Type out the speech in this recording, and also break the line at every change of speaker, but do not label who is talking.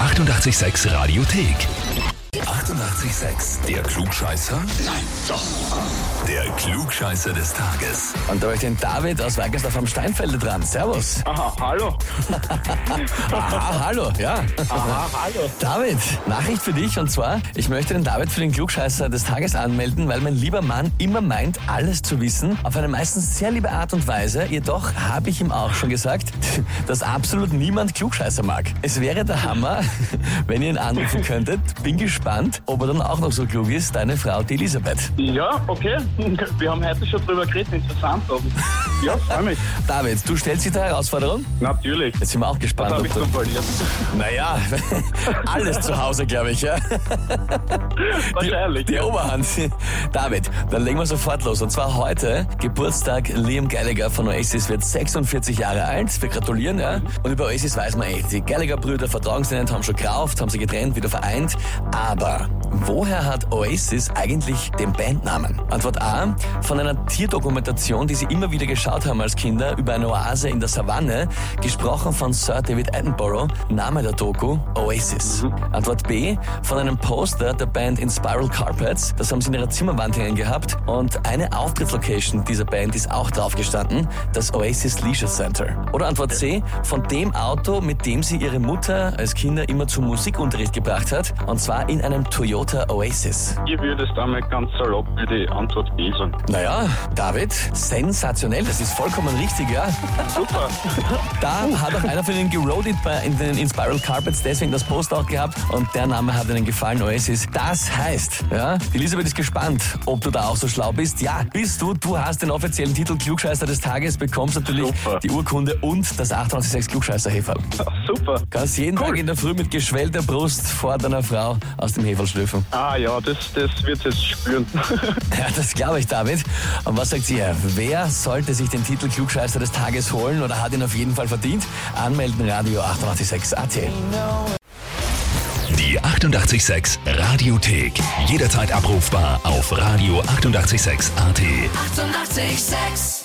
886 Radiothek. 88,6. Der Klugscheißer? Nein, doch. Der Klugscheißer des Tages.
Und da habe ich den David aus Weigersdorf am Steinfelde dran. Servus.
Aha, hallo.
Aha, Ah, hallo, ja.
Aha, hallo.
David, Nachricht für dich und zwar, ich möchte den David für den Klugscheißer des Tages anmelden, weil mein lieber Mann immer meint, alles zu wissen, auf eine meistens sehr liebe Art und Weise. Jedoch habe ich ihm auch schon gesagt, dass absolut niemand Klugscheißer mag. Es wäre der Hammer, wenn ihr ihn anrufen könntet. Bin gespannt, ob er dann auch noch so klug ist, deine Frau, die Elisabeth.
Ja, okay. Wir haben heute schon drüber geredet, interessant. Aber ja, freue mich.
David, du stellst dich der Herausforderung?
Natürlich.
Jetzt sind wir auch
Was
gespannt.
habe
ob
ich
du-
zum Verlieren?
Naja, alles zu Hause, glaube ich, ja.
Wahrscheinlich.
Die Oberhand. David, dann legen wir sofort los. Und zwar heute, Geburtstag, Liam Gallagher von Oasis wird 46 Jahre alt. Wir gratulieren, ja. Und über Oasis weiß man eh, die Gallagher-Brüder vertragen sich nicht, haben schon gerauft, haben sie getrennt, wieder vereint. Aber woher hat Oasis eigentlich den Bandnamen? Antwort A, von einer Tierdokumentation, die sie immer wieder geschaut haben als Kinder, über eine Oase in der Savanne, gesprochen von Sir David Attenborough, Name der Doku, Oasis. Antwort B, von einem Poster der Band in Spiral Carpets, das haben sie in ihrer Zimmerwand hängen gehabt und eine Auftrittslocation dieser Band ist auch drauf gestanden, das Oasis Leisure Center. Oder Antwort C, von dem Auto, mit dem sie ihre Mutter als Kinder immer zum Musikunterricht gebracht hat, und zwar in einem Toyota Oasis.
Ich würde es damit ganz salopp für die Antwort B sagen.
Naja, David, sensationell, das ist vollkommen richtig, ja.
Super.
Da hat auch einer von ihnen geroadet bei in den in Spiral Carpets, deswegen das Post auch gehabt und der Name hat ihnen gefallen, Oasis. Das heißt, ja, Elisabeth ist gespannt, ob du da auch so schlau bist. Ja, bist du. Du hast den offiziellen Titel Klugscheißer des Tages, bekommst natürlich
Super.
die Urkunde und das 886 klugscheißer heferl
Super.
Kannst jeden
Cool.
Tag in der Früh mit geschwellter Brust vor deiner Frau aus dem Heferl schlüpfen.
Ah ja, das, das wird jetzt spüren.
Ja, das glaube ich, David. Und was sagt ihr? Wer sollte sich den Titel Klugscheißer des Tages holen oder hat ihn auf jeden Fall verdient? Anmelden Radio 886 AT.
Die 88,6 Radiothek. Jederzeit abrufbar auf radio886.at. 88,6.
Eighty-eight, sex.